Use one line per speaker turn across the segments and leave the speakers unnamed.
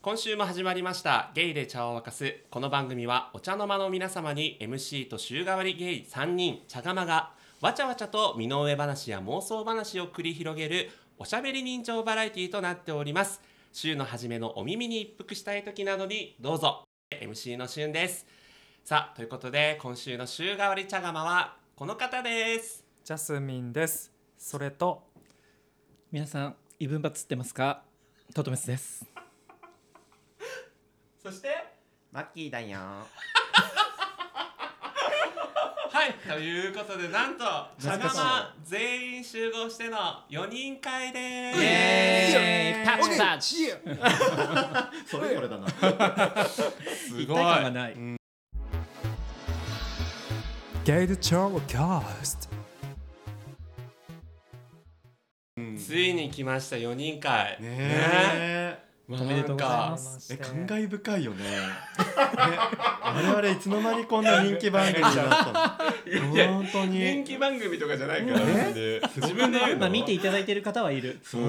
今週も始まりました「ゲイで茶を沸かす」この番組はお茶の間の皆様に MC と週替わりゲイ3人茶釜がわちゃわちゃと身の上話や妄想話を繰り広げるおしゃべり人情バラエティとなっております週の初めのお耳に一服したい時などにどうぞ MC のしゅんですさあということで今週の週替わり茶釜はこの方です
ジャスミンです。それと
皆さん異文化つってますかトトメスです
そして
マッキーだよ。
はい、ということでなんと茶
懐かしい
釜全員集合しての4人会で
イエーイパチパチ
チ。
それぞれだな。
す
一体感がない、
ゲイルチョーキャスト。
ついに来ました4人会
ねえ。
まあ
おめでとうございます
なんか
え感慨深いよね。ね我々いつの間にこんな人気番組になったの。本当
人
に。
気番組とかじゃないからなんで自分で言うの
今見ていただいてる方はいる
そう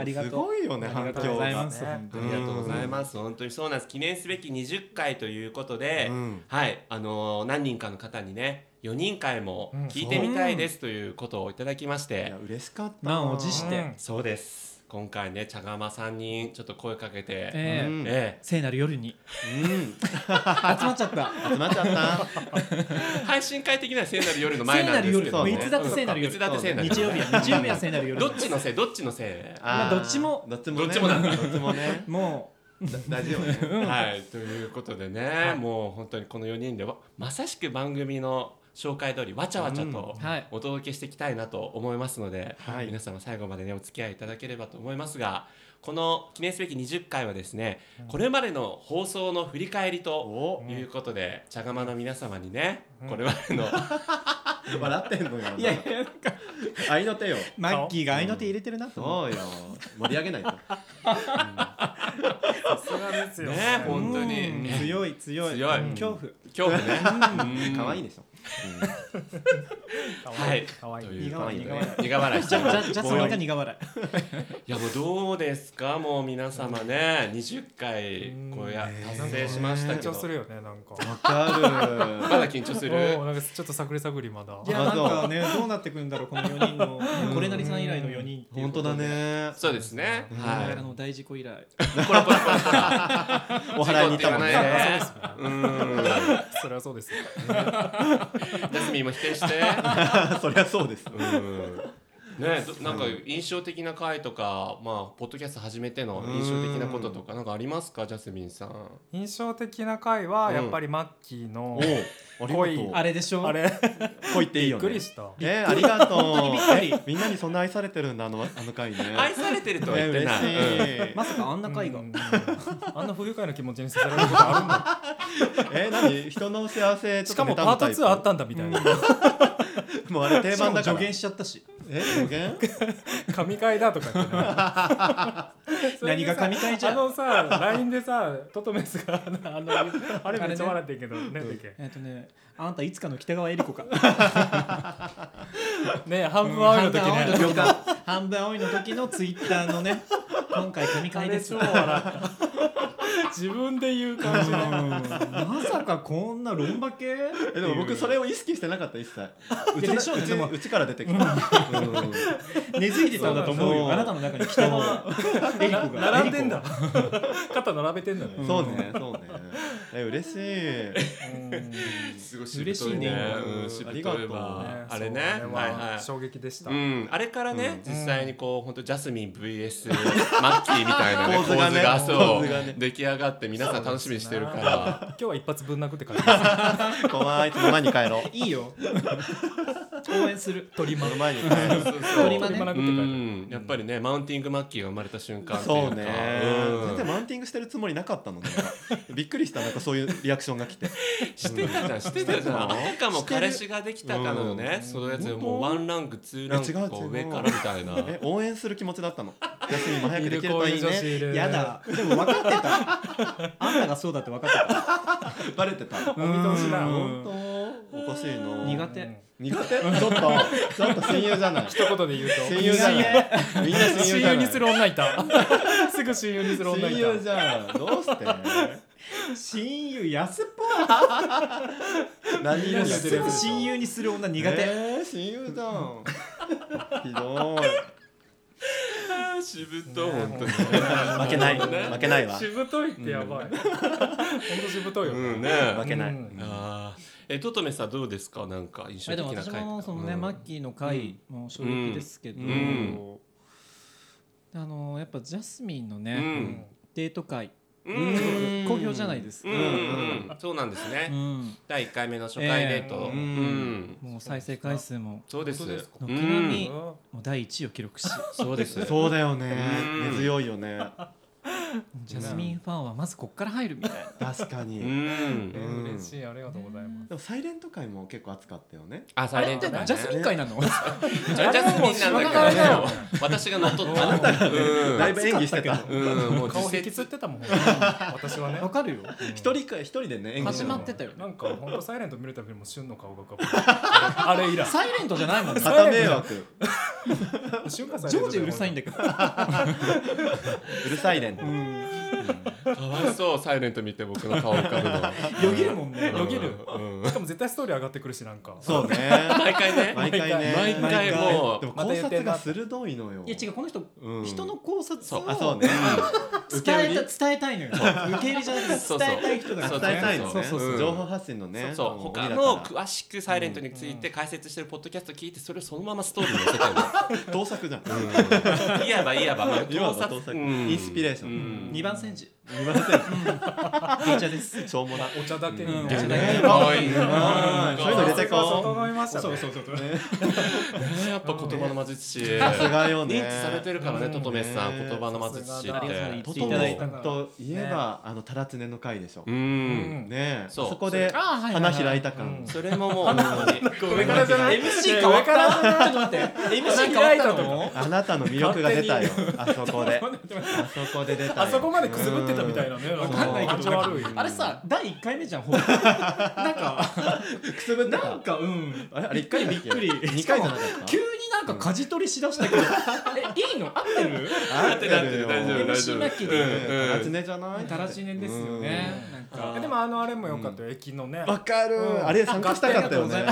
ありがとう
すごいよね
あ
反
りがとう
響
ございま
が。
す、
ね
本当
あ
に
りがとうございます本当にそうなんです記念すべき20回ということで、
うん
はいあのー何人かの方にね4人会も聞いてみたいですということをいただきまし
い
て
や、嬉しかった。
満を持し
う
て
ん、
そうです今回ね茶釜さんにちょっと声かけて、
え
うん
ー
え
聖なる夜 に
うん。
集まっちゃった
集まっちゃった。
え 配信会的な聖なる夜の前なんですけど、
聖なる夜
もういつだって聖なる夜
うんいつだって聖なる夜
日曜日は日曜日は聖なる夜
どっちのせいどっちのせい
まあどっちも
どっちもね。
どっちもなんだ
どっちもね。
も
だ大事よね。
はい、ということでね、もう本当にこの4人ではまさしく番組の紹介通りわちゃわちゃと
うんはい
お届けしていきたいなと思いますので、
はい
皆様最後までねお付き合いいただければと思いますがこの記念すべき20回はですね、これまでの放送の振り返りということで、茶釜の皆様にね、これまで の
笑ってんのよ。
ういやいやなんか
愛の手よ。
マッキーが合いの手入れてるなと思う
そうよ。盛り上げないと。
さすがですよ
ね本当に、
うん
ね
強い強い
強い
うん恐怖
恐怖ね。うん
可愛いでしょ。
はい
可愛
と
い可愛い。
いう
苦笑い苦笑い
苦笑いして
じゃ
ま
じ
す
ゃじゃそのが苦笑い
いやもうどうですかもう皆様ね20回こうや達成しましたけ
緊
ど
張するよねなんか。
わか
まだ緊張す
おー
る
なんかちょっと探り探りまだ。
いやなんかねどうなってくるんだろうこの4人の
うん
これなりさん以来の4人っていう
本
こ
当
と
だね。
そうですね
うん
で
は
あ
い
の大事故以来
こらこらこら
お払いに行
事故っ
ったもん
て言わない
ね。
でうん
それはそうですよ。
ジャスミンも否定して
そりゃそうです。
うんねどなんか印象的な回とかまあポッドキャスト始めての印象的なこととかなんかありますかジャスミンさん
印象的な回はやっぱりマッキーの
おお、あ。り
恋
あれでしょ
あれ
がとう。恋っていい
びっ
よ
く
ね
り。した。
えー、ありがとう。
びっく
えみんなにそんな愛されてるんだあのあの回ね。
愛されてるとは言
え
って
嬉
ない、うん
しい。
まさかあんな
うんう
会が
んあんな不愉快な気持ちにさせられることあるんだ。
え何人の幸せちょ
し
っ
か
と
も
妬
パー
む
ト
タイプ
2あったんだみたいな。
もうあれ定番だか
助
ら。
言しちゃったし
え助言？
神会だとか言ってね それでさ
何が神会じゃん
あのさ LINE でさトトメスがあのあれめっちゃ笑ってんけどなんだっけ
えっとねあんたいつかの北川恵理子か
ね半分青いの時
半
ね
分青いの時の半分青いの時のツイッターのね今回神
あ
会で
れ
す
超笑った自分で言う感じ
うん
の
まさかこんなロンバケ
えでも僕それを意識してなかった一切。う
でしょうね
ち
でも
うちから出てくる。うん
根付いてたんだと思う
そう
よあなたの中に北川恵理子が
並んでんだ肩並べてんだね
うん
そうねそうね。え嬉しい。
すごい
嬉しいね
うん、しぶといわ
ね
あれね
そう
はい
まあ
はい
衝撃でした
うん、あれからね、
うん
実際にこう本当ジャスミン VS マッキーみたいな、ね、構
構
図
図がね
がそ
構
う
図がね
出来上がって皆さん楽しみにしてるから
今日は一発ぶん殴って帰ります
怖い。いつも前に帰ろう。
いいよ応援する鳥間
その前に帰ろう。
そうそう
鳥間
今
ね
殴
う
って帰る
ん、やっぱりねマウンティングマッキーが生まれた瞬間っていうか
そうね、全然マウンティングしてるつもりなかったのねびっくりしたなんかそういうリアクションが来て
うん、してたじゃんしてたじゃんあたかも彼氏ができたかのよね、そのやつもうワンランクツーラン
え違う違
ク
う
こう上からみたいな
え応援する気持ちだったの休みも早くできるといい
こうう女子
ね
いる
やだでも分かってたあんたがそうだって分かってた
バレてた
お見通しだ
本
本
当おかしいな
苦
当
手
苦手ちょっとちょっと親友じゃない
一言で言うと
親友じゃないみんな親友じ
親友
ゃない
にする女いた すぐ親友にする女
親
い
友
た
じゃんどうして
親友安っぽ
何
い
色
もう
に
や
し
ってて
る
すぐ
るやつ
やつでしょ
親友にする女苦手、
えー、親友じゃんひどい
あーしぶとい本当に
負けない負けない わ
しぶといってやばい、ほんとしぶといよ、
うんね
負けない、
うん
あーえトトメさんどうですかなんか印象
えで
的
も
な
私
回
もそのね、マッキーの回も衝撃ですけど、
うんうん
あのやっぱジャスミンのね、
うん
デート会
うん
うん
好評じゃないです
う
か、
んうんうんそうなんですね、
うん
第1回目の初回デート、
え
う
え
ん
もう再生回数も
そうです
本当ですか
う
軒並
ん
みもう第1位を記録し
そうです
そうだよね
うん
根強いよね
ジャスミンファンはまずこっから入るみたいな
確かに、
う
え
ん
ー嬉しいありがとうございます
でもサイレント会も結構熱かったよね
あ、サイレントだ
ジャスミン会なの
ジャジャスミンなんだけどね私が乗っ取ったのうん
だいぶ演技してた
うんもう
顔
実
引きつ
践
ってたもん私はね
わかるよ
一人か一人でね演技して
始
た
まってたよ
なんかほんとサイレント見るたびにもう旬の顔が浮かぶあれ以来
サイレントじゃないもんね
片迷惑
瞬間
常時うるさいんだ
け
けど
うるさいレント、
かわいそうサイレント見て僕の顔浮かぶの
よぎるもんね
よぎる
うん
しかも絶対ストーリー上がってくるしなんか
そうね
毎回ね
毎回ね
毎回もう
でも考察が鋭いのよ
いや違うこの人、
うん
人の考察
あそうね
を伝えた伝えたいのよ受け入れじゃなくて伝
そうそう
えたい人だ
伝
か
え
ら
たいのね
そうそうそう
情報発信のね
そう
も
他
鬼だから
の詳しくサイレントについて解説してるポッドキャスト聞いてそれをそのままストーリーに載せてる
盗作じゃん、
の いわばいわばまあ
いわば
盗
盗
撮
作
うん
インスピレーション
うん
2番煎じ
見ません
紅茶です
しょうもない
お茶だけに
う
ね
んお茶だけ
ね
ね
かわいい
うんそういうの入れて
さすが
こ
整いましたね
ねやっぱ言葉の魔術師
うさすがよね
認知されてるからねトトメスさん
ね
言葉の魔術師っ
さすがだ
て
ト
ト
ト
ト
メ
メ
といえば、あのタラツネの回でしょ、
うん
ねえ
そう
そこで
あーはいはいは
花
い
開いた感、
それももう本当に
上からじゃない
MC 変わっ
上から
たちょっと待って MC 変わったの
あなたの魅力が出たよあそこであそこで出たよ
あそこまでくすぶってたみたいなねわ
かんないけ
感
ど
じ悪い
あれさ第1回目じゃんほぼなんか
くすぶってた
なんかうん
あれあれ1回
びっくり
2回じゃなかった
急になんか舵取りしだしたけど えいいの合ってる
あ
ってなってる大丈夫大丈
MC マッキー
夫
でい
う
い
んうん
タラツネじゃない
たらしねですよねなんか
えでもあのあれも良かったよ駅のね
わかる、
うん
あれ参加したかったよね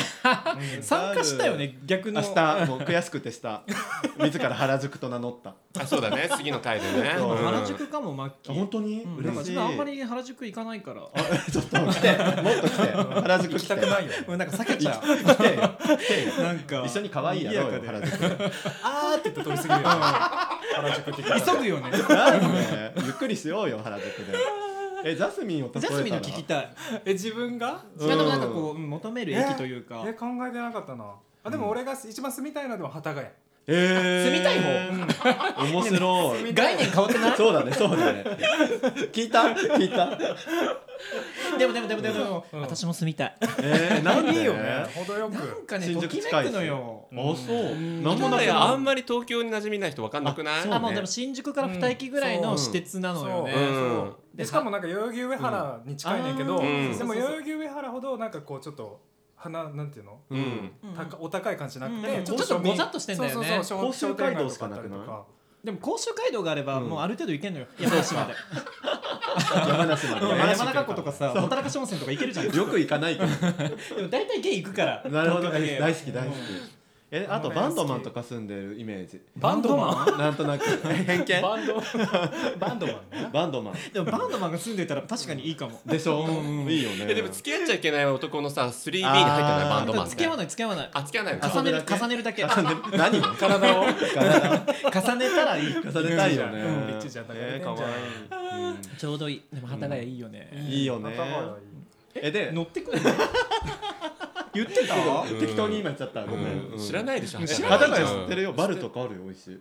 参加したよね逆
明
の
日もう悔しくてした自ら原宿と名乗った
あそうだね次の回でね
そう
うん
原宿かもマッキー
本当に、
うんなんか
嬉し
自
い
分あんまり原宿行かないから
ちょっと来てもっと来て原宿
行き
来て
たくないよ
うんなんか避けちゃう
来てよ来てよ
なんか
一緒に可愛いやろうよ原宿
あーって言って通り過ぎるよね原宿的な
急ぐ よね
なんでゆっくりしようよ原宿でえジャスミンを例え
ジ
た
ャ
ら
スミンの聞きたい
え自分が
いやでもなんかこううん求める駅というか
え考えてなかったなあでも俺が一番住みたいのはでも幡ヶ谷
えー、
住みたい
方面白い
概念変わってない
そうだねそうだね聞いた聞いた
でもでもでもでもでも
うん
私も住みたい
えー、なんで
いいよね程よ
な
く
んかね
新
と
宿
き
近
め
いし
くのよ
あそう
な
何
ん
も
も
な
な
く
いあんまり東京に馴染みない人わかんなくない
あそう
あ
ね
もうでも新宿から2駅ぐらいの私鉄なのよね
そう
うん
そうでしかもなんか代々木上原に近いねんけど、
うん
あー
でも
うん
代々木上原ほどなんかこうちょっと花なんていうの、
うん
うん
高お高い感じしなくて、
う
ょ
んちょっとごちゃっとしてんだよね
そうそうそう
甲州街道しかなくない
商店街とか
でも甲州街道があればもうある程度行けんのよ山梨まで
山梨まで
うん山中湖
湖
とかさ渡中温泉とか行け るじゃんで
よく行かないけ
も大体ゲイ行くから
どな るほど
東京ゲイは
え大好き大好き
うん
えあとバンドマンとか住んでるイメージ
バンドマン
なんとなく偏見
バンド バンドマンね
バンドマン
でもバンドマンが住んでたら確かにいいかも
でしょ、いいよね
えでも付き合っちゃいけない男のさ 3B に入ってない
あー
バンドマンって
付き合わない付き合わない
あ付き合わないの
重ねる
遊ぶだけ
重ねるだけ
重ね 何を
体を
重ねたらいい
重ねたいよね、
うんリッチじゃんだから
えー、かわいい、
ちょうどいいでも幡ヶ谷いいよね、
うんいいよね
頭がいい
えで
乗ってくるの言ってた
適当に今やっちゃったごめん、
うん知らないでしょ
知
知
らない知ってるよバルとかあるよ美味しい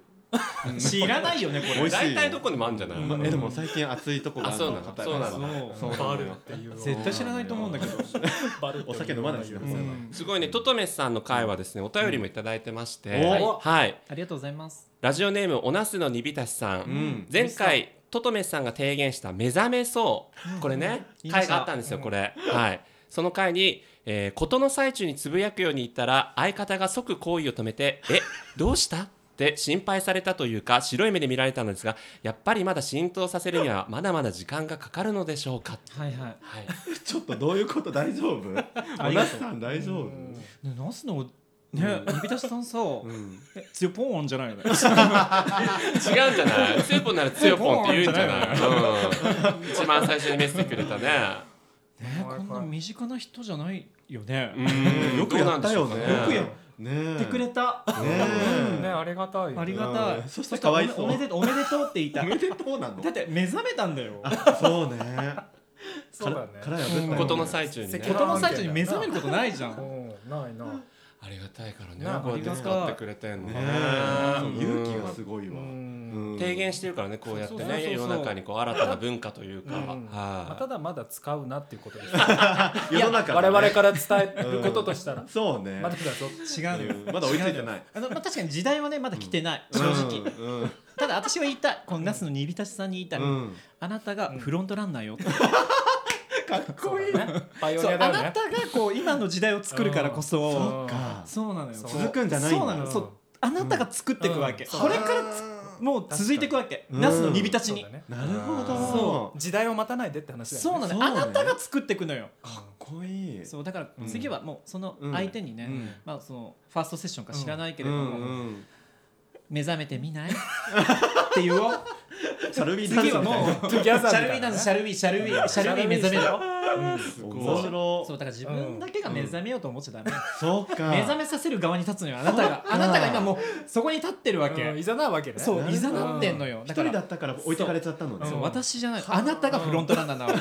知らないよねこ
美味
れ
しい
大
よ
体どこにもあるんじゃない
まえでも最近暑いとこが
あ
ある
そうな
の
の
硬い
そうな
の
の
そう
バルっていう
絶対知らないと思うんだけど、
バルっていう
お酒飲まないしね
うん
すごいねトトメスさんの回はですねお便りもいただいてまして
うん
はい
お
はい
ありがとうございます
ラジオネームおなすのにびたしさん、
ん
前回トトメスさんが提言した目覚めそうこれね
言いま
回
した
があったんですよこれ、はいその回に、えー、事の最中につぶやくように言ったら相方が即行為を止めて「えどうした?」って心配されたというか白い目で見られたのですがやっぱりまだ浸透させるにはまだまだ時間がかかるのでしょうか、
はいはい
はい、
ちょっとどういうこと大丈夫おなすさん大丈夫
ねナスのね呼び出しさんさ
うん
え強ポーンじゃないの
違うんじゃない強ポンなら強ポンって言うんじゃない、うん、一番最初にメッセージくれたね
ねこんな身近な人じゃないよね
うん
よくやったよね
どうなんでしょうか
よくやねえ
てくれた
ね
ね、
え
ありがたいよ。
ありがた
うん
い
そしてかわいそう
おめでおめでとうって言いた
お
い
めでとうなの
だって目覚めたんだよ
そうね
そうだね。
殻破ったよね
ことの最中にね
赤裸
ことの最中に目覚めることないじゃん
うん、ないな。
ありがたいからね
な
こうやって使ってくれてんの
ね
ね
えそう
うん
勇気がすごいわ
うん
提言してるからねこうやって
そうそうそうそ
ね
う
世の中にこう新たな文化というか、
うんまあた
は
だまだ使うなっていうことです。
て世の中
我々
ら
から伝えることとしたら、
そうね
まだだぞ。
違うのよ
うんまだ追いついてない
あのまあ確かに時代はねまだ来てない 正直
直
ただ私は言いたいこのナスの煮浸しさんに言いたいあなたがフロントランナーよって
かっこい
そ
い
うだね。パイオ
そう
ニ
あ
ア
な
だよね
たが。こう今の時代を作るからこそ
うん
か
そうなのよ
そう
続くんじゃないんだ
そうなのそうあなたが作っていくわけ
うん
これからつもう続いていくわけナスの煮浸しに
そうだね
なるほ
そ
ど
う時代を待たないでって話だよね。
そうなのよ
そう
あ
ね
なたが作っていくのよ
かっこいい
そうだから
うん
次はもうその
うん
相手にね
うん
まあそのファーストセッションか知らないけ
け
れども目覚めてみないって言おう
サルビーダンス
次
み
は
た
いも
な
う
トゥギャ
シ
ザーみ
ャ
た
ルビー
い
ダ
な
ン
ね
スシャルビーシャルビーシャルビー目覚めろ
すごい
面
そ
白
うだから自分だけが目覚めようと思っちゃダメ
そうか
目覚めさせる側に立つのよあなたがあなたが今もうそこに立ってるわ
うん
け
いざなわけね。
そ
なる
う
ほど
いざなってんのよ
一
だか
人だ
ら
ったから置いてかれちゃったの
そう
ね
私じゃないあなたがフロントランナーなわけ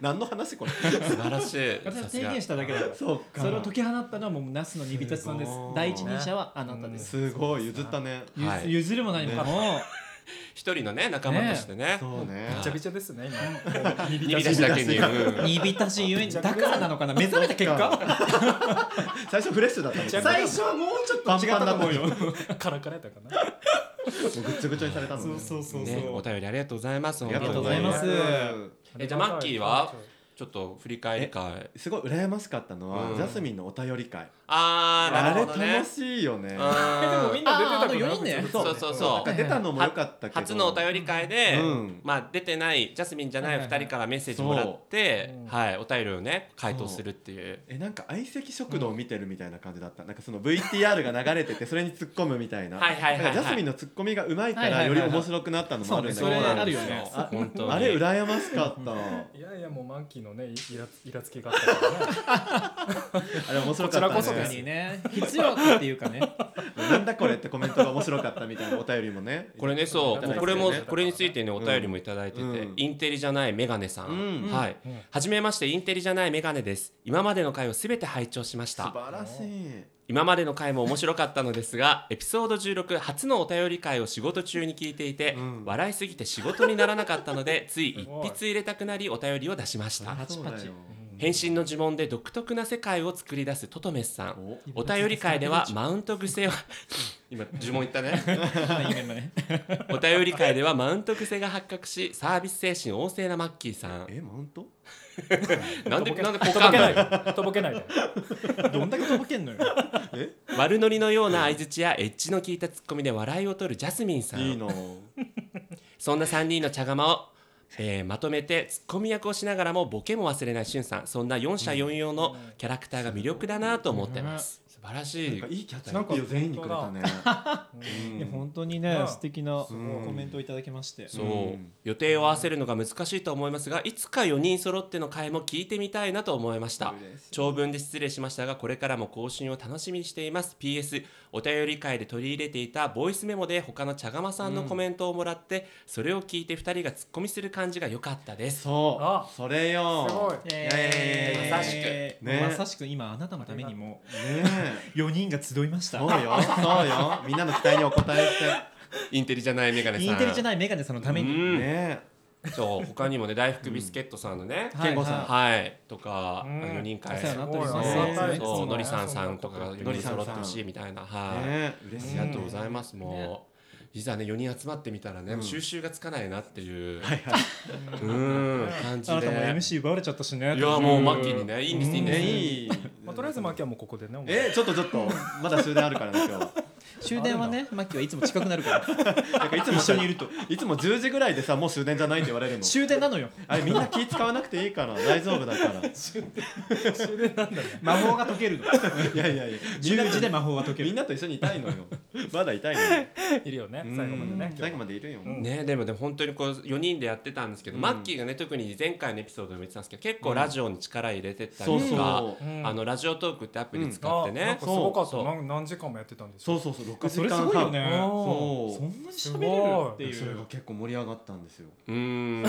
何の話これ
素晴らしい
私は
さす
提
が
言しただけだから
そうか
それを解き放ったのはもうナスの煮浸しさんです
すごい
第一人者はあなたです
すごい譲ったね
うん
ゆ
はい
譲るも何もかも
一人のね仲間としてね
そうね
びちゃびちゃですね
煮浸しだけに、うん
煮浸しゆえにだからなのかな目覚めた結果
最初フレッシュだったの
ちゃ
最
初はもうちょっ
と違ったと思うよ
今。カラカラやったかな。
後ぐっちょぐちょにされたのね
そうそう
ね、お便りありがとうございます。
あ
あ
りがとうございます
ありがとうござい
えじゃあマッキーはちょっと振り返り会。
すごい羨ましかったのは
うん
ジャスミンのお便り会
あー、
あ
な
れ
るほどね
楽。しいよね
えでもみんな出てたから
あーあの四人ね
別に
そうそう
なん
そ
か出たの
う。
も良かったけど
初のお便り会で、
うん
まあ出てないジャスミンじゃない
はいはいは
二
い
人からメッセージもらって、
そう
はい、お便りをね回答するっていう。
えなんか相席食堂を見てるみたいな感じだった、なんかその VTR が流れててそれに突っ込むみたいな
はいはいはいはい
なんかジャスミンの突っ込みがうまいか
はいは
ら
い
よ
はい
り
はい
面白くなったのもあるんだけど、
そうねそれあるよ
そうなん
ね
です本当に。
あれ羨ましかったあ
いやいやもうマッキーのねイライラつきがあったからね。
れ面白かったね
こちらこそ
確
で
か
す
にね必要っていうかね
なんだこれってコメントが面白かったみたいなお便りもね
これねそう
うん
これも
うん
これについてねお便りもいただいてて、
うん
インテリじゃないメガネさん、
うん
はい、はじめましてインテリじゃないメガネです今までの回をすべて拝聴しまし
素
た
晴らしい
今までの回も面白かったのですが エピソード16初のお便り回を仕事中に聞いていて、
うん
笑いすぎて仕事にならなかったの でつい一筆入れたくなりお便りを出しました
あそうだよ
パチパチ
返信の呪文で独特な世界を作り出すトトメスさんお便り会ではマウント癖を 今呪文言ったね
まあいいね今ね
お便り会ではマウント癖が発覚しサービス精神旺盛なマッキーさん
えマウント
なんでなんで
と
好
ぼ
感
けな
度
いでとぼけないで。
どんだけとぼけんのよ
え
悪ノリのような相槌やエッジの効いたツッコミで笑いを取るジャスミンさん
いいの
そんな3人の茶釜を、えーまとめてツッコミ役をしながらもボケも忘れないしゅんさんそんな4者4様のキャラクターが魅力だなと思ってます素晴ら
な
し
ん
い
かいいキャッチャー全員にくれたね
いや本当に
う
ね
ん
素敵なコ
ん
メントをいただきまして
そう、
うん
予定を合わせるのが難しいと思いますがいつか4人揃っての回も聞いてみたいなと思いました長文で失礼しましたがこれからも更新を楽しみにしています PS お便り会で取り入れていたボイスメモで他の茶釜さんのコメントをもらって、それを聞いて2人がツッコミする感じが良かったです
そ
あ
うそれよ
すごい
イエーイまさしく
ね
ね
まさしく今あなたのためにも
ねえ
4人が集いました
そうよ、そうよ、みんなの期待にお応えし
インテリじゃないメガネさん
インテリじゃ
ない
ないメガネさんのため
う
に
て、
ん
ね
そう他にもね大福ビスケットさんのね、
はい
健吾さん
はいとか、
うん
4人会
お世話になっており
そう
ます
すごいありがたい
そう
ですね
のりさんさんとかが
そんなこと
4人揃ってほしいみたいな
え、
はい、
ねえ、嬉し
あり
い
がとうございますもう、いざね4人集まってみたらね、
うん
収集がつかないなっていう、うん感じ
あ
で
なたも MC 奪われちゃったしね
いやもうマッキーにねいいんですいいんです、
ねいい
まあとりあえずマッキーはもうここでね。
え、ちょっとちょっと、まだ終電あるからね、今日。
終電はねマキはいつも近くなるから
なんかいつも
一緒にいると
いつも10時ぐらいでさもう終電じゃないって言われるの
終電なのよ
あれみんな気使わなくていいから大丈夫だから
魔法が解 けるの
いやいやいや
10時で魔法が解け
みん
る
なと一緒にいたいのよまだいたいのよ
いるよね
うん
最後までね
最後までいるよ、
ね、でもでも本当にこう4人でやってたんですけど、
うん
マッキーがね特に前回のエピソードでも言ってたんですけど結構ラジオに力入れてたり
そ
と
う
か、
そう
うん
あのラジオトークってアプリ使って
あなん
ね
か、すごかった
そう
なん何時間もやってたんでし
そ
ょ
うそうそう6時
それす
間
ごいよ
半
ね
そ
そんなに
す
喋
ごい
れるってい
それが
う
結構盛り上がったんですよ
うーん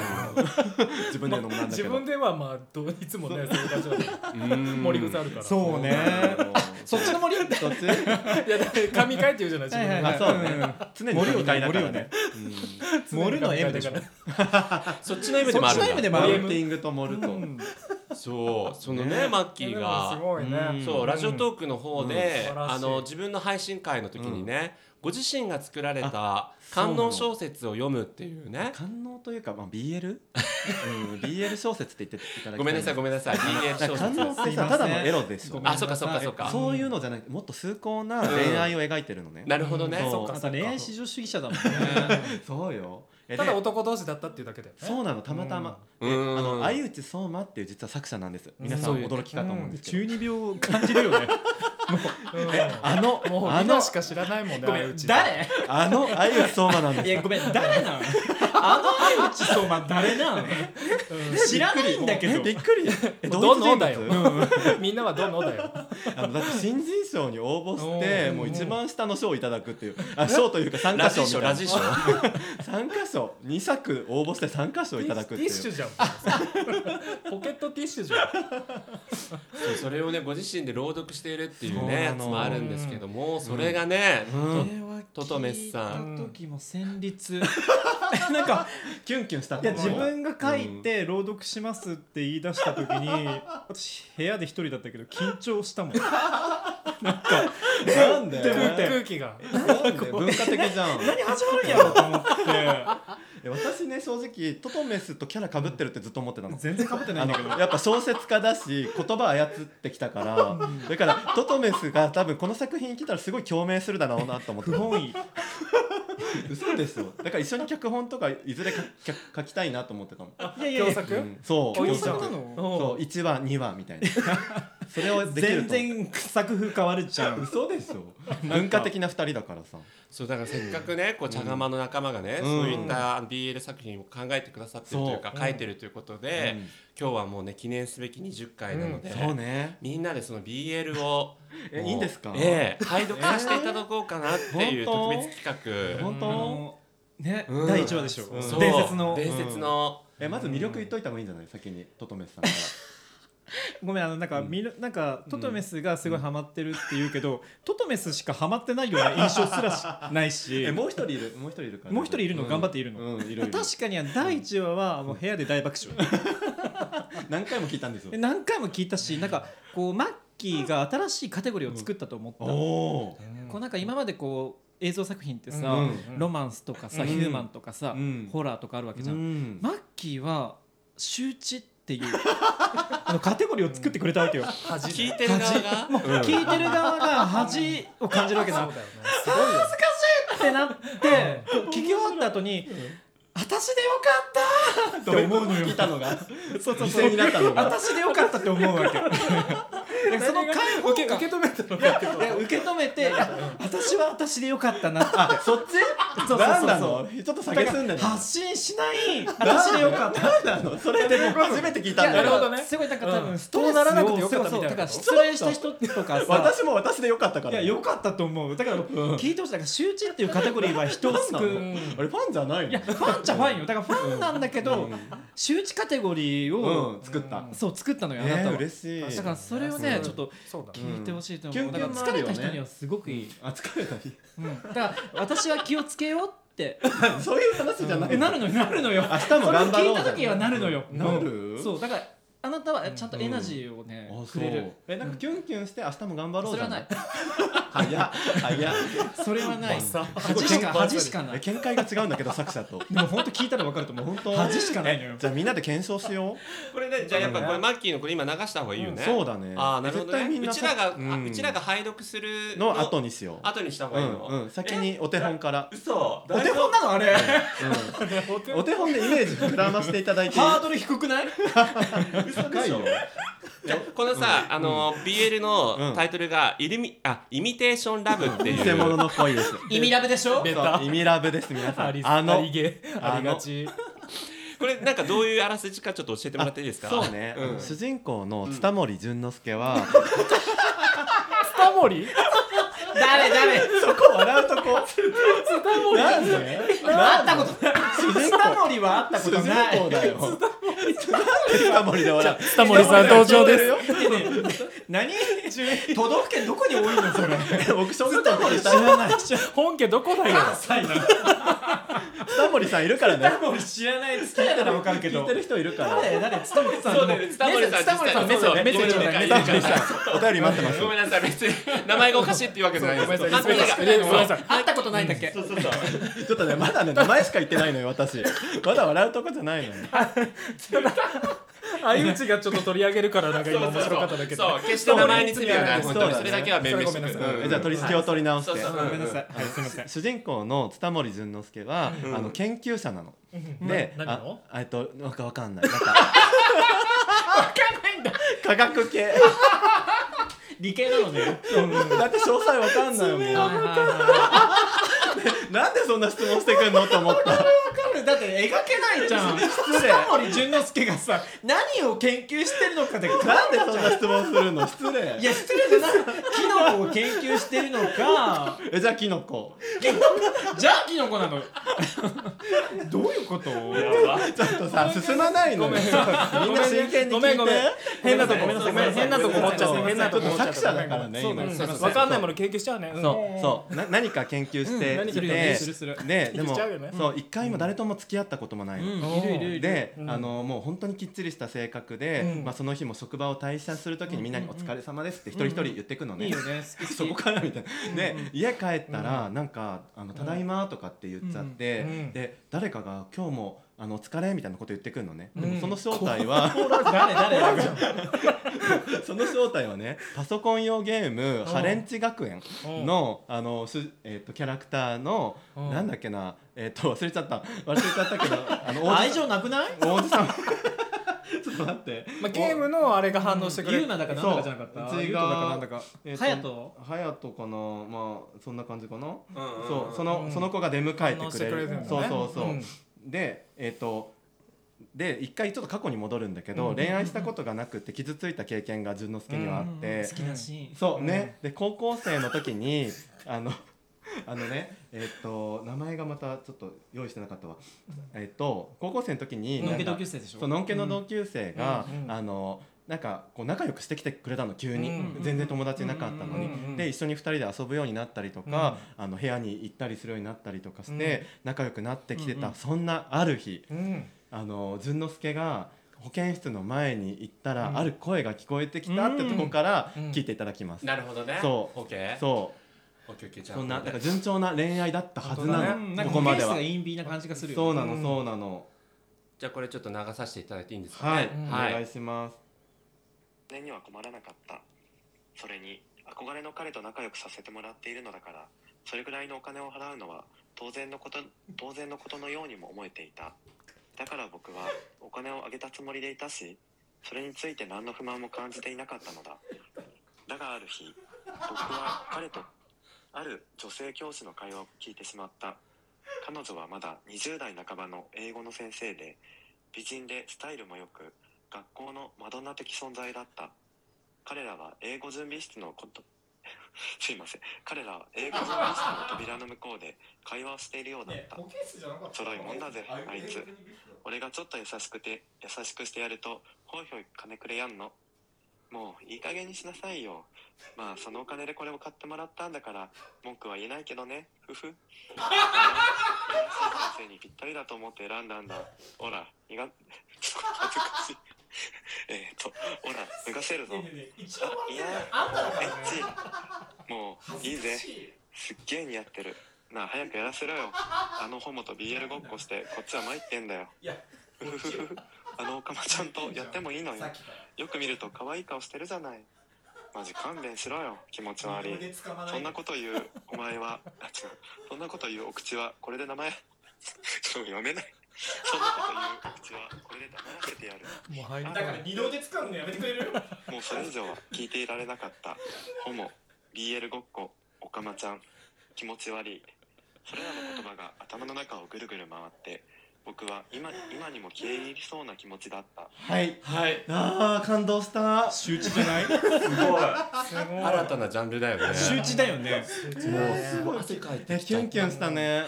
自分で飲んだんだけ
自
ど
分ではまあどういつもねそういう感じだ
うー ん
盛り草あるから
そうう
ね
ね
そっちの森ってそっち
いやだって神回って言うじゃない自分
はい
で
は
あ
い
そうね常に
森
飲
を
み会
ね
だか
森
ら
を
ね
ね
うん
森の M で しょ
だから
そっちの意味でもあるんだ
そっちの意味でも
マ
あ
ウ
る
ンティングと盛ると、
そうそのねマッキー
でもす
が
ごいね
うん
そうラジオトークの方で、
うん素晴らしい
あの自分の配信会の時にね、ご自身が作られた観音小説を読むっていうね
官能というか、まあ、BL、うん、BL 小説って言っていただきた
ごめんなさいごめんな さい BL
だ
小
から官能っ
説
てさただのエロでしょ
あそうかそうかそうか
そういうのじゃなくてもっと崇高な恋愛を描いてるのね、
なるほどね、
うん
そっ
あ
か
な
そ
た
っか
恋愛至上主義者だもん ね
そうよえ
ただ
で
男同士だったっていうだけで
そうなのたまたま、
うん
で
うん
あの相内相馬っていう実は作者なんです皆さん
うん
驚きかと思うんですけど、
中 二病を感じるよね
あの
もう
あ
今
の
しか知らないもんね
ごめ
あいうんち
誰
あの相内相馬なんです
いやごめん誰なんあの相内相馬誰 なん知らないんだけ
え
ど
びっくりえ
ど
同
の
一人物
だよ みんなはどのだよ
あのだって新人賞に応募し
お
て
ー
もう一番下の賞をいただくっていうあ賞というか参加
ラ
賞
ジ賞
みたいな
ラジ賞
参加賞2作応募して参加賞いただくっ
テ
て
ィッシ
い
ュ
う
じゃんポケットティッシュじゃん
そうそれをねご自身で朗読しているっていう
そう
ね
な
や
の
つもあるんですけどもそれがね、トトメスさ
ん
聞いた時も旋 律なんか
キュンキュンした
いや自分が書いて朗読しますって言い出した時 に私部屋で一人だったけど緊張した もん
なんで
でも
なん
空気が
で文化的じゃん
何始まるんやろうと思って
え私ね正直トトメスとキャラ被ってるってずっと思ってたの
全然かぶってない
あ
んだけど
のやっぱ小説家だし言葉操ってきたからだからトトメスが多分この作品来たらすごい共鳴するだろうなと思って
不本意
嘘でしょだから一緒に脚本とかいずれ書き書きたいなと思ってたの
いやい
共
や
作
うんそう
おい
共
いじゃん
作なの
そう1話2話みたいなそれをできる
全然
と
作風変わるじゃん
嘘でしょ文化的な2人だからさ
そうだからせっかくねこう茶釜の仲間がね、
うん
そういった BL 作品を考えてくださってるというか
そう
書いてるということで、
うん
今日はもうね記念すべき20回なので、
そうね
みんなでその BL を
え
もう
いいんですか
ええ解読させていただこうかなっていう
えー
特別企画、
本
あ
当
のね
うん
第1話でし
うん
そ
ょ
う
伝説の
伝説の、
えまず魅力言っといた方がいいんじゃない先にトトメスさんから
ごめんあのなんかみるなんかトトメスがすごいハマってるって言うけどトトメスしかハマってないような印象すらしないし
えもう一人いるもう一人いるから
もう一人いるの頑張っているの
うんうんいるいる
確かに第1話はもう部屋で大爆笑
何回も聞いたんですよ
で何回も聞いたしなんかこうマッキーが新しいカテゴリーを作ったと思った、
おお
こうなんか今までこう映像作品ってさ、
うん
ロマンスとかさ、
うん
ヒューマンとかさ、
うん
ホラーとかあるわけじゃん、
ん
マッキーは周知って いうあのカテゴリーを作ってくれたわけよ
聞いてる側が
もう聞いてる側が恥を感じるわけ
そ
だ
うだよね
ってなってこう聞き終わった後に私でよかったって思うのよ
聞いたのが
そうそう
犠牲になったのが
私でよかったって思うわけい やその解放
受け
感
受け止めたの
いやいや受け止めていや私は私でよかったなって
あそっち
そうそうそう
何なのちょっと下げすんでる
発信しない私でよかった
何なのそれで僕初めて聞いたん
な
だ
るほ
よ
どね
すごいなんか多分スト
こ
レ
う
ス
な
を
らなくてよかったみたいな
そうそうだから失礼した人とかさ
私も私でよかったか
い
ら
やよかったと思うだから聞いてほしいだから周知っていうカテゴリーは人を
何な
救う
のあれファンじゃないの
いやファンじゃファンよだからファンなんだけど周知カテゴリー
う
を
ん作った
そう作ったのよあな
え
た
ー
は
嬉しい
だからそれをねちょっと
そうだね
聞いてほしいと
う
思
ん
うだから疲れた人にはすごくいい
あ疲れた日
うんだから私は気をつけようって
そういう話じゃない
なるのよなるのよ
明日も頑張ろう
それを聞いた時はなるのよ
うんなる
うんそうだからあなたはちゃんとエナジーをね
あ
くれる
そうえなんかキュンキュンして明日も頑張ろう
そ
じ
れ
ゃ
は
な
ないい
早っ 早っ
それはない
すごい
恥しか恥しかな
え
い
見解が違うんだけど作者と
でも本当聞いたら分かると思う本当恥しかないのよ
じゃあみんなで検証しよ
これねじゃあやっぱこれマッキーのこれ今流した方がいいよ
う
ね、
そうだね
ああなるほど
絶対
ね
みん
う
な
ちらが、あ
うん
うちらが拝読する
の後にしよう
後にした方がいいの、
うんうん先にお手本から
嘘
お手本
なのあれ
うんお手本でイメージ膨らませていただいていい
ハードル低くない
高いよ
じゃあこのさ、あの BL のタイトルがイルミあイミテーションラブっていう
偽物の恋です
意味ラブでしょ
ベ
そ
タ
う意味ラブです皆さ
あり
んあの
ありげ
あの
ありがち
これなんかどういうあらすじかちょっと教えてもらっていいですか
そうね、
うん
主人公の蔦森淳之介は、
スタモリ
誰誰
そこ笑うとこ なんで
会ったことないスタモリは会ったこ
主
と
人
ない
公だよ蔦森で笑う
スタモリさん登場です
何都道府県どこに多いのそれ
僕小学校の時
知らない
本家どこだよ
サイな
蔦森さんいるからね
タモリ知らない好きだったら分かるけ
聞い
ど
てる人いるから
誰誰つたもりさん
そうだよね蔦森さん
つたもりさんメッセージメッセージちょうだい
ごめんなさい
蔦森さんお便り待ってま す
ごめんなさい別に名前がおかしいっていうわけじゃないです
ごめんなさい
あ
ごめんなさい
会ったことないんだっけ
そうそうそう
ちょっとねまだね名前しか言ってないのよ私まだ笑うとこじゃないのよ
相内がちょっと取り上げるからなんか今面白かっただけで
そう決して名前に罪はない
そ
本
う
当に
そう
それだけは弁明して
それはごめんなさい
うん
えじゃあ取り気を取り直して、
そうそう
ごめんなさいはいすみません
主人公の蔦森淳之介は、あの研究者なの。で、
な何を
ああえっとなんかわかんない。なんかわかんないんだ。科学系。
理系なのね
だって詳細わかんないもん。なんでそんな質問してくんのと思った。
だって描けないじゃん
失礼。
タモリ淳之介がさ何を研究してるのかって
なんでそんな質問するの失礼
い。や失礼じゃないキノコを研究してるのか
えじゃあキノコ。
じゃあキノコなのどういうこと
ちょっとさ進まないのよ。みんな真剣に
ごめ
聞い
んごめん
て。
変なとこごめんなさいごめん変なとこ持っちゃって変な
ち
と
ょっ
こ持
と
っちゃっ
作
て
者だからね
そう
今
だ。ね
そうそうそう
わかんないもの研究しちゃうねうん
そうそうな何か研究して
うん何するよ
で
ね
するする
ねで
し
も
ちゃうよね
そう一回も誰とも付き合ったこともないの。
いるいるいる
で、
うん
あのもう本当にきっちりした性格で、
うん
まあ、その日も職場を退社するときにみんなに「お疲れ様です」って一人一人言ってくのね、
いいよね好き
そこからみたいな、で家帰ったら、なんかあの「ただいま」とかって言っちゃって、
うんうん
で誰かが「今日もあのお疲れ」みたいなこと言ってくるのね、で
う
も
ん
その正体は、
誰誰誰
その正体はねパソコン用ゲーム「ハレンチ学園の」あのすえっとキャラクターの、
うん
なんだっけな、えっと忘れちゃった忘れちゃったけど あの王子
愛情なくない
王子様 ちょっと待って
まあゲームのあれが反応してくれ
ユウ
る
ナだかなんだかじゃなかった
そううち
ユウ
が
トだかなんだか
えーと
ハヤト
ハヤトかなまあそんな感じかな、
うんうんうん
そうその、その子が出迎えて
反応
く
し
れ
て
る
くれるんだね
そうそうそう、
うん
でえっ、とで一回ちょっと過去に戻るんだけど、恋愛したことがなくて傷ついた経験が淳之介にはあって、
好きだし
そうね、で高校生の時にあのあのねえっ、と名前がまたちょっと用意してなかったわえっ、と高校生の時に
のんけ
なん
同
か
級生でし
そう
ょ
のんけの同級生が、
うんうん
あのなんかこう仲良くしてきてくれたの急に、
うん
全然友達いなかったのに、
うんうんうん
で一緒に2人で遊ぶようになったりとか、あの部屋に行ったりするようになったりとかして、仲良くなってきてた、そんなある日
うん
あの淳之介が保健室の前に行ったら、ある声が聞こえてきたってとこから
うん
聞いていただきます。
なるほどね
そう
オッケー
そう
オッケーオッケーじゃあ
そんなだから順調な恋愛だったはずな
本当
の
だ、ね
なん
こ
か
こまで
ケース
は
が。陰敏な感じがするよ
そうな
う
の
ん
そうなの、
じゃあこれちょっと流させていただいていいんですか
はい、
ね
お願いします。
お金には困らなかったそれに憧れの彼と仲良くさせてもらっているのだからそれぐらいのお金を払うのは当然のこと当然のことのようにも思えていただから僕はお金をあげたつもりでいたしそれについて何の不満も感じていなかったのだだがある日僕は彼とある女性教師の会話を聞いてしまった彼女はまだ20代半ばの英語の先生で美人でスタイルも良く学校のマドンナ的存在だった彼らは英語準備室のこと すいません彼らは英語準備室の 扉の向こうで会話をしているようだったちょろいもんだぜあいつ俺がちょっと優しくて優しくしてやるとほいほい金くれやんのもういい加減にしなさいよまあそのお金でこれを買ってもらったんだから文句は言えないけどねふふ優しい先生にぴったりだと思って選んだんだほら苦 ちょっと恥ずかしい えっとほら脱がせるぞあいやエッチもういいぜすっげえ似合ってるなあ早くやらせろよあのホモと BL ごっこしてこっちは参ってんだよ
いや
うふふふ あのオカマちゃんとやってもいいのよ
さっきから
よく見ると可愛い顔してるじゃないマジ勘弁しろよ気持ち悪い
捕ま
そんなこと言うお前はあ違うそんなこと言うお口はこれ で名前ちょっと読めないそんなこと言うお口はこれで黙らせてやる
もう入
だから二度で使うのやめてくれる
もうそれ以上は聞いていられなかった。ホモ、BL ごっこ、オカマちゃん、気持ち悪い。それらの言葉が頭の中をぐるぐる回って、僕は今今にも消え入りそうな気持ちだった。
はい
はい
あー感動した
周知じゃない
すごい
新たなジャンルだよね
周知だよね
もうすごい
汗かいて
え
きち
キ
ゃった
ュンキュンしたね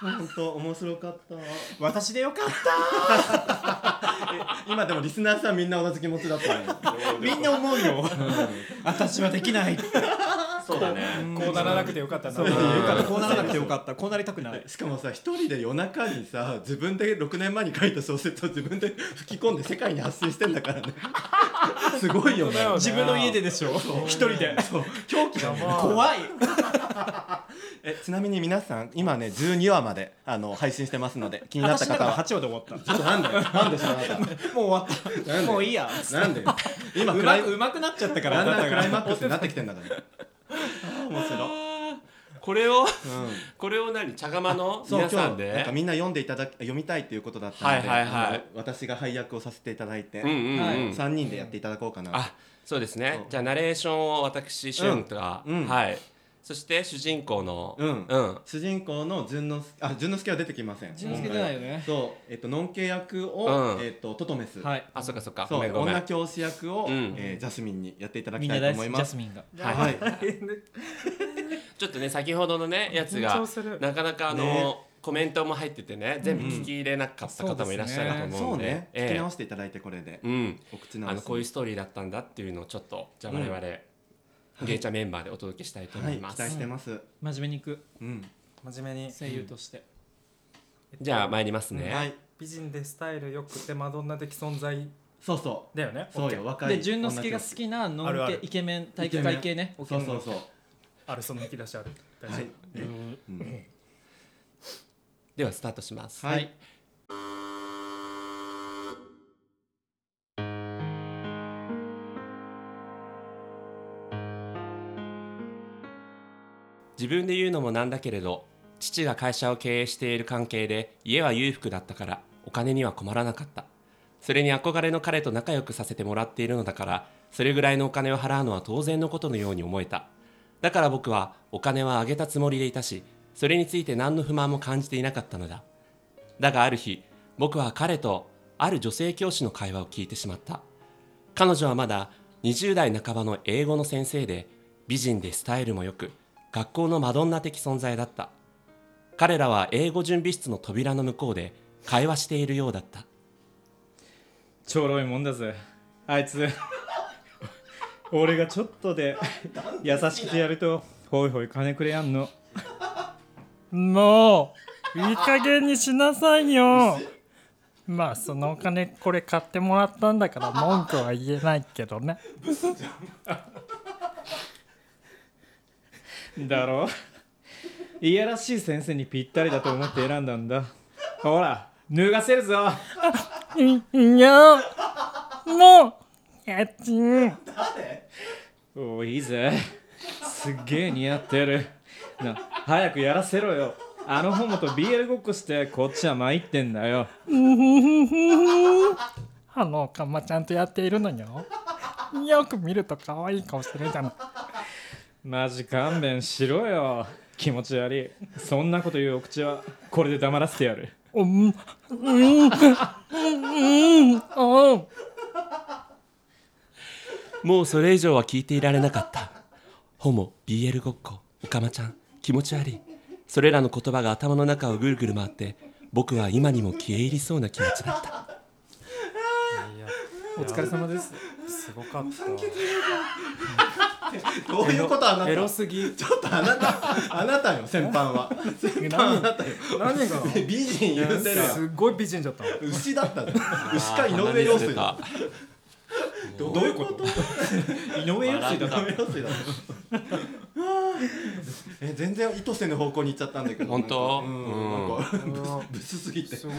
本当面白かった
私でよかっ
今でもリスナーさんみんな同じ気持ちだったね
たみんな思うよ私はできない
そうだね
こうならなくてよかったな
そう
うん
よかったこうならなくてよかったこうなりたくない
しかもさ一人で夜中にさ自分で6年前に書いた小説を自分で吹き込んで世界に発信してんだから ねすごいよね
自分の家ででしょ一人で
そう狂気がね
怖い
えちなみに皆さん今ね12話まであの配信してますので気になった
私だ
方
から
は
8話で終 わったも
ちょっとなんだよなんでしょあな
う終わった
なん
た
で
もういいや
な んでよ今
う
クラ
ま
イ
くうまくなっちゃったから
だんだんクライマ
が
ックスになってきてんだからあ ー面白
あーこれを
い、うん
これを何茶釜の
そう
皆さん
今日なんか
で
みんな読んでいただき読みたいっていうことだったので、
はいはいはい
あの私が配役をさせていただいて、
うんうんうん
はい三人でやっていただこうかな、
あそうですね
そう
じゃあナレーションを私俊が、
うんうん
はいそして主人公の
うん
うん
主人公の純之助あ純之助は出てきません
純介じゃないよね
そうえっとノンケ役を、
うん
えっとトトメス、
はい
あそっかそっか
そ
ご
う
めんごめん
女教師役を、
うん
えージャスミンにやっていただ
み
き
ん
た
ない
と
大好き
思い
ジ
ま
ャ
す
スミンが
はい、はい、
ちょっとね先ほどのねやつが
緊張す る
なかなかあの、
ね
コメントも入っててね全部聞き入れなかった方もいらっしゃると思
そううん
で,、
ね、
え
聞き
え
直していただいてこれで、
うん
お口直し
あのこういうストーリーだったんだっていうのをちょっとじゃあ我々、ゲイチャメンバーでお届けしたいと思
はいい期
ます、
待してます、
真面目にいく
うん
真面目に
声優として
じゃあ参りますね、
はい
美人でスタイルよくてマドンナ的存在
そうそ
だよね
うそうよ若い
で純之介が好きなノ
ある
ン
あ
ケ
る
イケメン体育会系ね
女の子そうそうそう
あるその引き出しある大
は
丈
い、うん
ではスタートします、
はい、
自分で言うのもなんだけれど父が会社を経営している関係で家は裕福だったからお金には困らなかったそれに憧れの彼と仲良くさせてもらっているのだからそれぐらいのお金を払うのは当然のことのように思えただから僕はお金はあげたつもりでいたしそれについて何の不満も感じていなかったのだだがある日僕は彼とある女性教師の会話を聞いてしまった彼女はまだ20代半ばの英語の先生で美人でスタイルも良く学校のマドンナ的存在だった彼らは英語準備室の扉の向こうで会話しているようだった
ちょろいもんだぜあいつ俺がちょっとで優しくやるとほいほい金くれやんの
もういい加減にしなさいよまあそのお金これ買ってもらったんだから文句は言えないけどね
だろいやらしい先生にぴったりだと思って選んだんだほら脱がせるぞ
いいやもうやちん
おいいいぜすっげえ似合ってるな早くやらせろよあのホモと BL ごっこしてこっちは参ってんだよ
あのおかまちゃんとやっているのよよく見ると可愛い顔してるじゃない
マジ勘弁しろよ気持ち悪いそんなこと言うお口はこれで黙らせてやる
うんうんうんうんうん
もうそれ以上は聞いていられなかったホモ BL ごっこオカマちゃん気持ち悪いそれらの言葉が頭の中をぐるぐる回って僕は今にも消え入りそうな気持ちだった
お疲れ様です
夫すごかっ
どういうことあな
た
た
エロすぎ
ちょっとあなたあなたよ先般は先般あなたよ
何が
美人言うてるやん
すごい美人だったの
牛だったね牛か井上陽水だ
あ
どういうこと
井上陽水だ
井上陽水だえ全然意図せぬ方向に行っちゃったんだけど
本当
なんかうんなんかブスすぎて
そう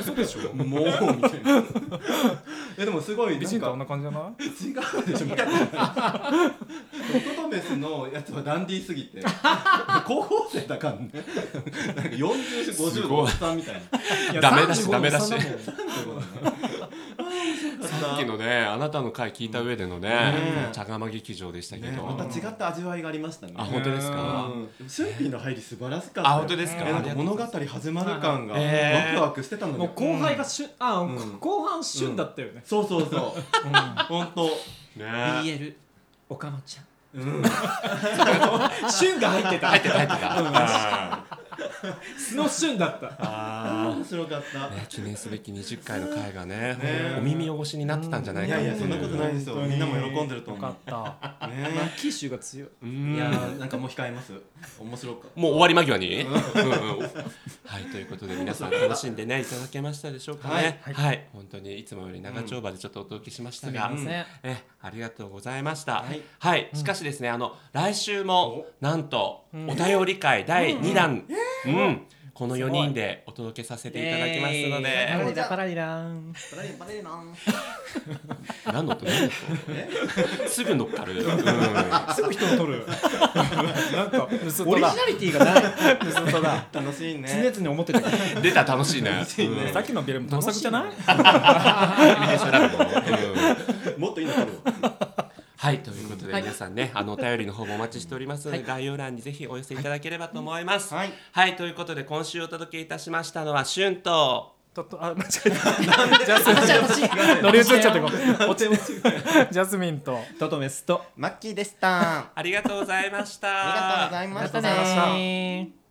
嘘でしょ
もうみたいな えでもすごい
美
なん
人とあ
か
んな感じじゃない
違うでしょ見たことないトトメスのやつはダンディーすぎて 高校生だからねなんか4050のおっさんみたいな
ダメだしダメだしさ
さ
っきのねあなたの回聞いた上での
ね
ね茶釜劇場でしたけ
ね、
ど
また違った味わいがありましたね。
あ本当ですか
うん春辟の入り素晴らしかったよ。
あ本当ですか
えなんか物語始まる感が
えー
ワクワクしてたの
もう
に。
後輩が旬、あ、
うん
後半旬だったよね。
そうそうそう。本当。
ね
BL おかまちゃん。
うん。
旬が入ってた。
入ってた入ってた
素の旬だった。
あ
面白かった。
ーね記念すべき20回の回がね
ね
お耳汚しになってたんじゃない
い
か
や
っ
い
て
やそんなことないですよ。みんなも喜んでると
よ
思
か
う
っ。た
ね
九州が強い。
うん
いやーなんかもう控えます。面白かっ
もう終わり間際に、うんうん、はいということで皆さん楽しんでねいただけましたでしょうかねはい、本当にいつもより長丁場でちょっとお届けしましたが、
うんすみませ
ん
えありがとうございましたは
はい
い、しかしですねあの来週もなんとお便り会第2弾うん、この4人でお届けさせていただきますの
パラ
で、
リラパラリラン。
た。バレバレな。
何のと何のと すぐ乗っかる、うん、
すぐ人を取るなんか嘘
オ
と
リジ
だ
ナリティがない。
嘘とだ
楽しいね。
常々思ってたけど
出た楽しいね
しいね
さっきのビルも盗作じゃない
うん
もっといいの撮るわ。
はいということで皆さん ね、あのお便りの方もお待ちしておりますので、概要欄にぜひお寄せいただければと思います。はい、ということで今週お届けいたしましたのは春と
ちょっとあ間違え たジャスミン乗り移っちゃってごめん落ちジャスミンと
トトメスと
マッキーでした。あ
ありがとうございました。
りがとうございました。
ありがとうございました
ねー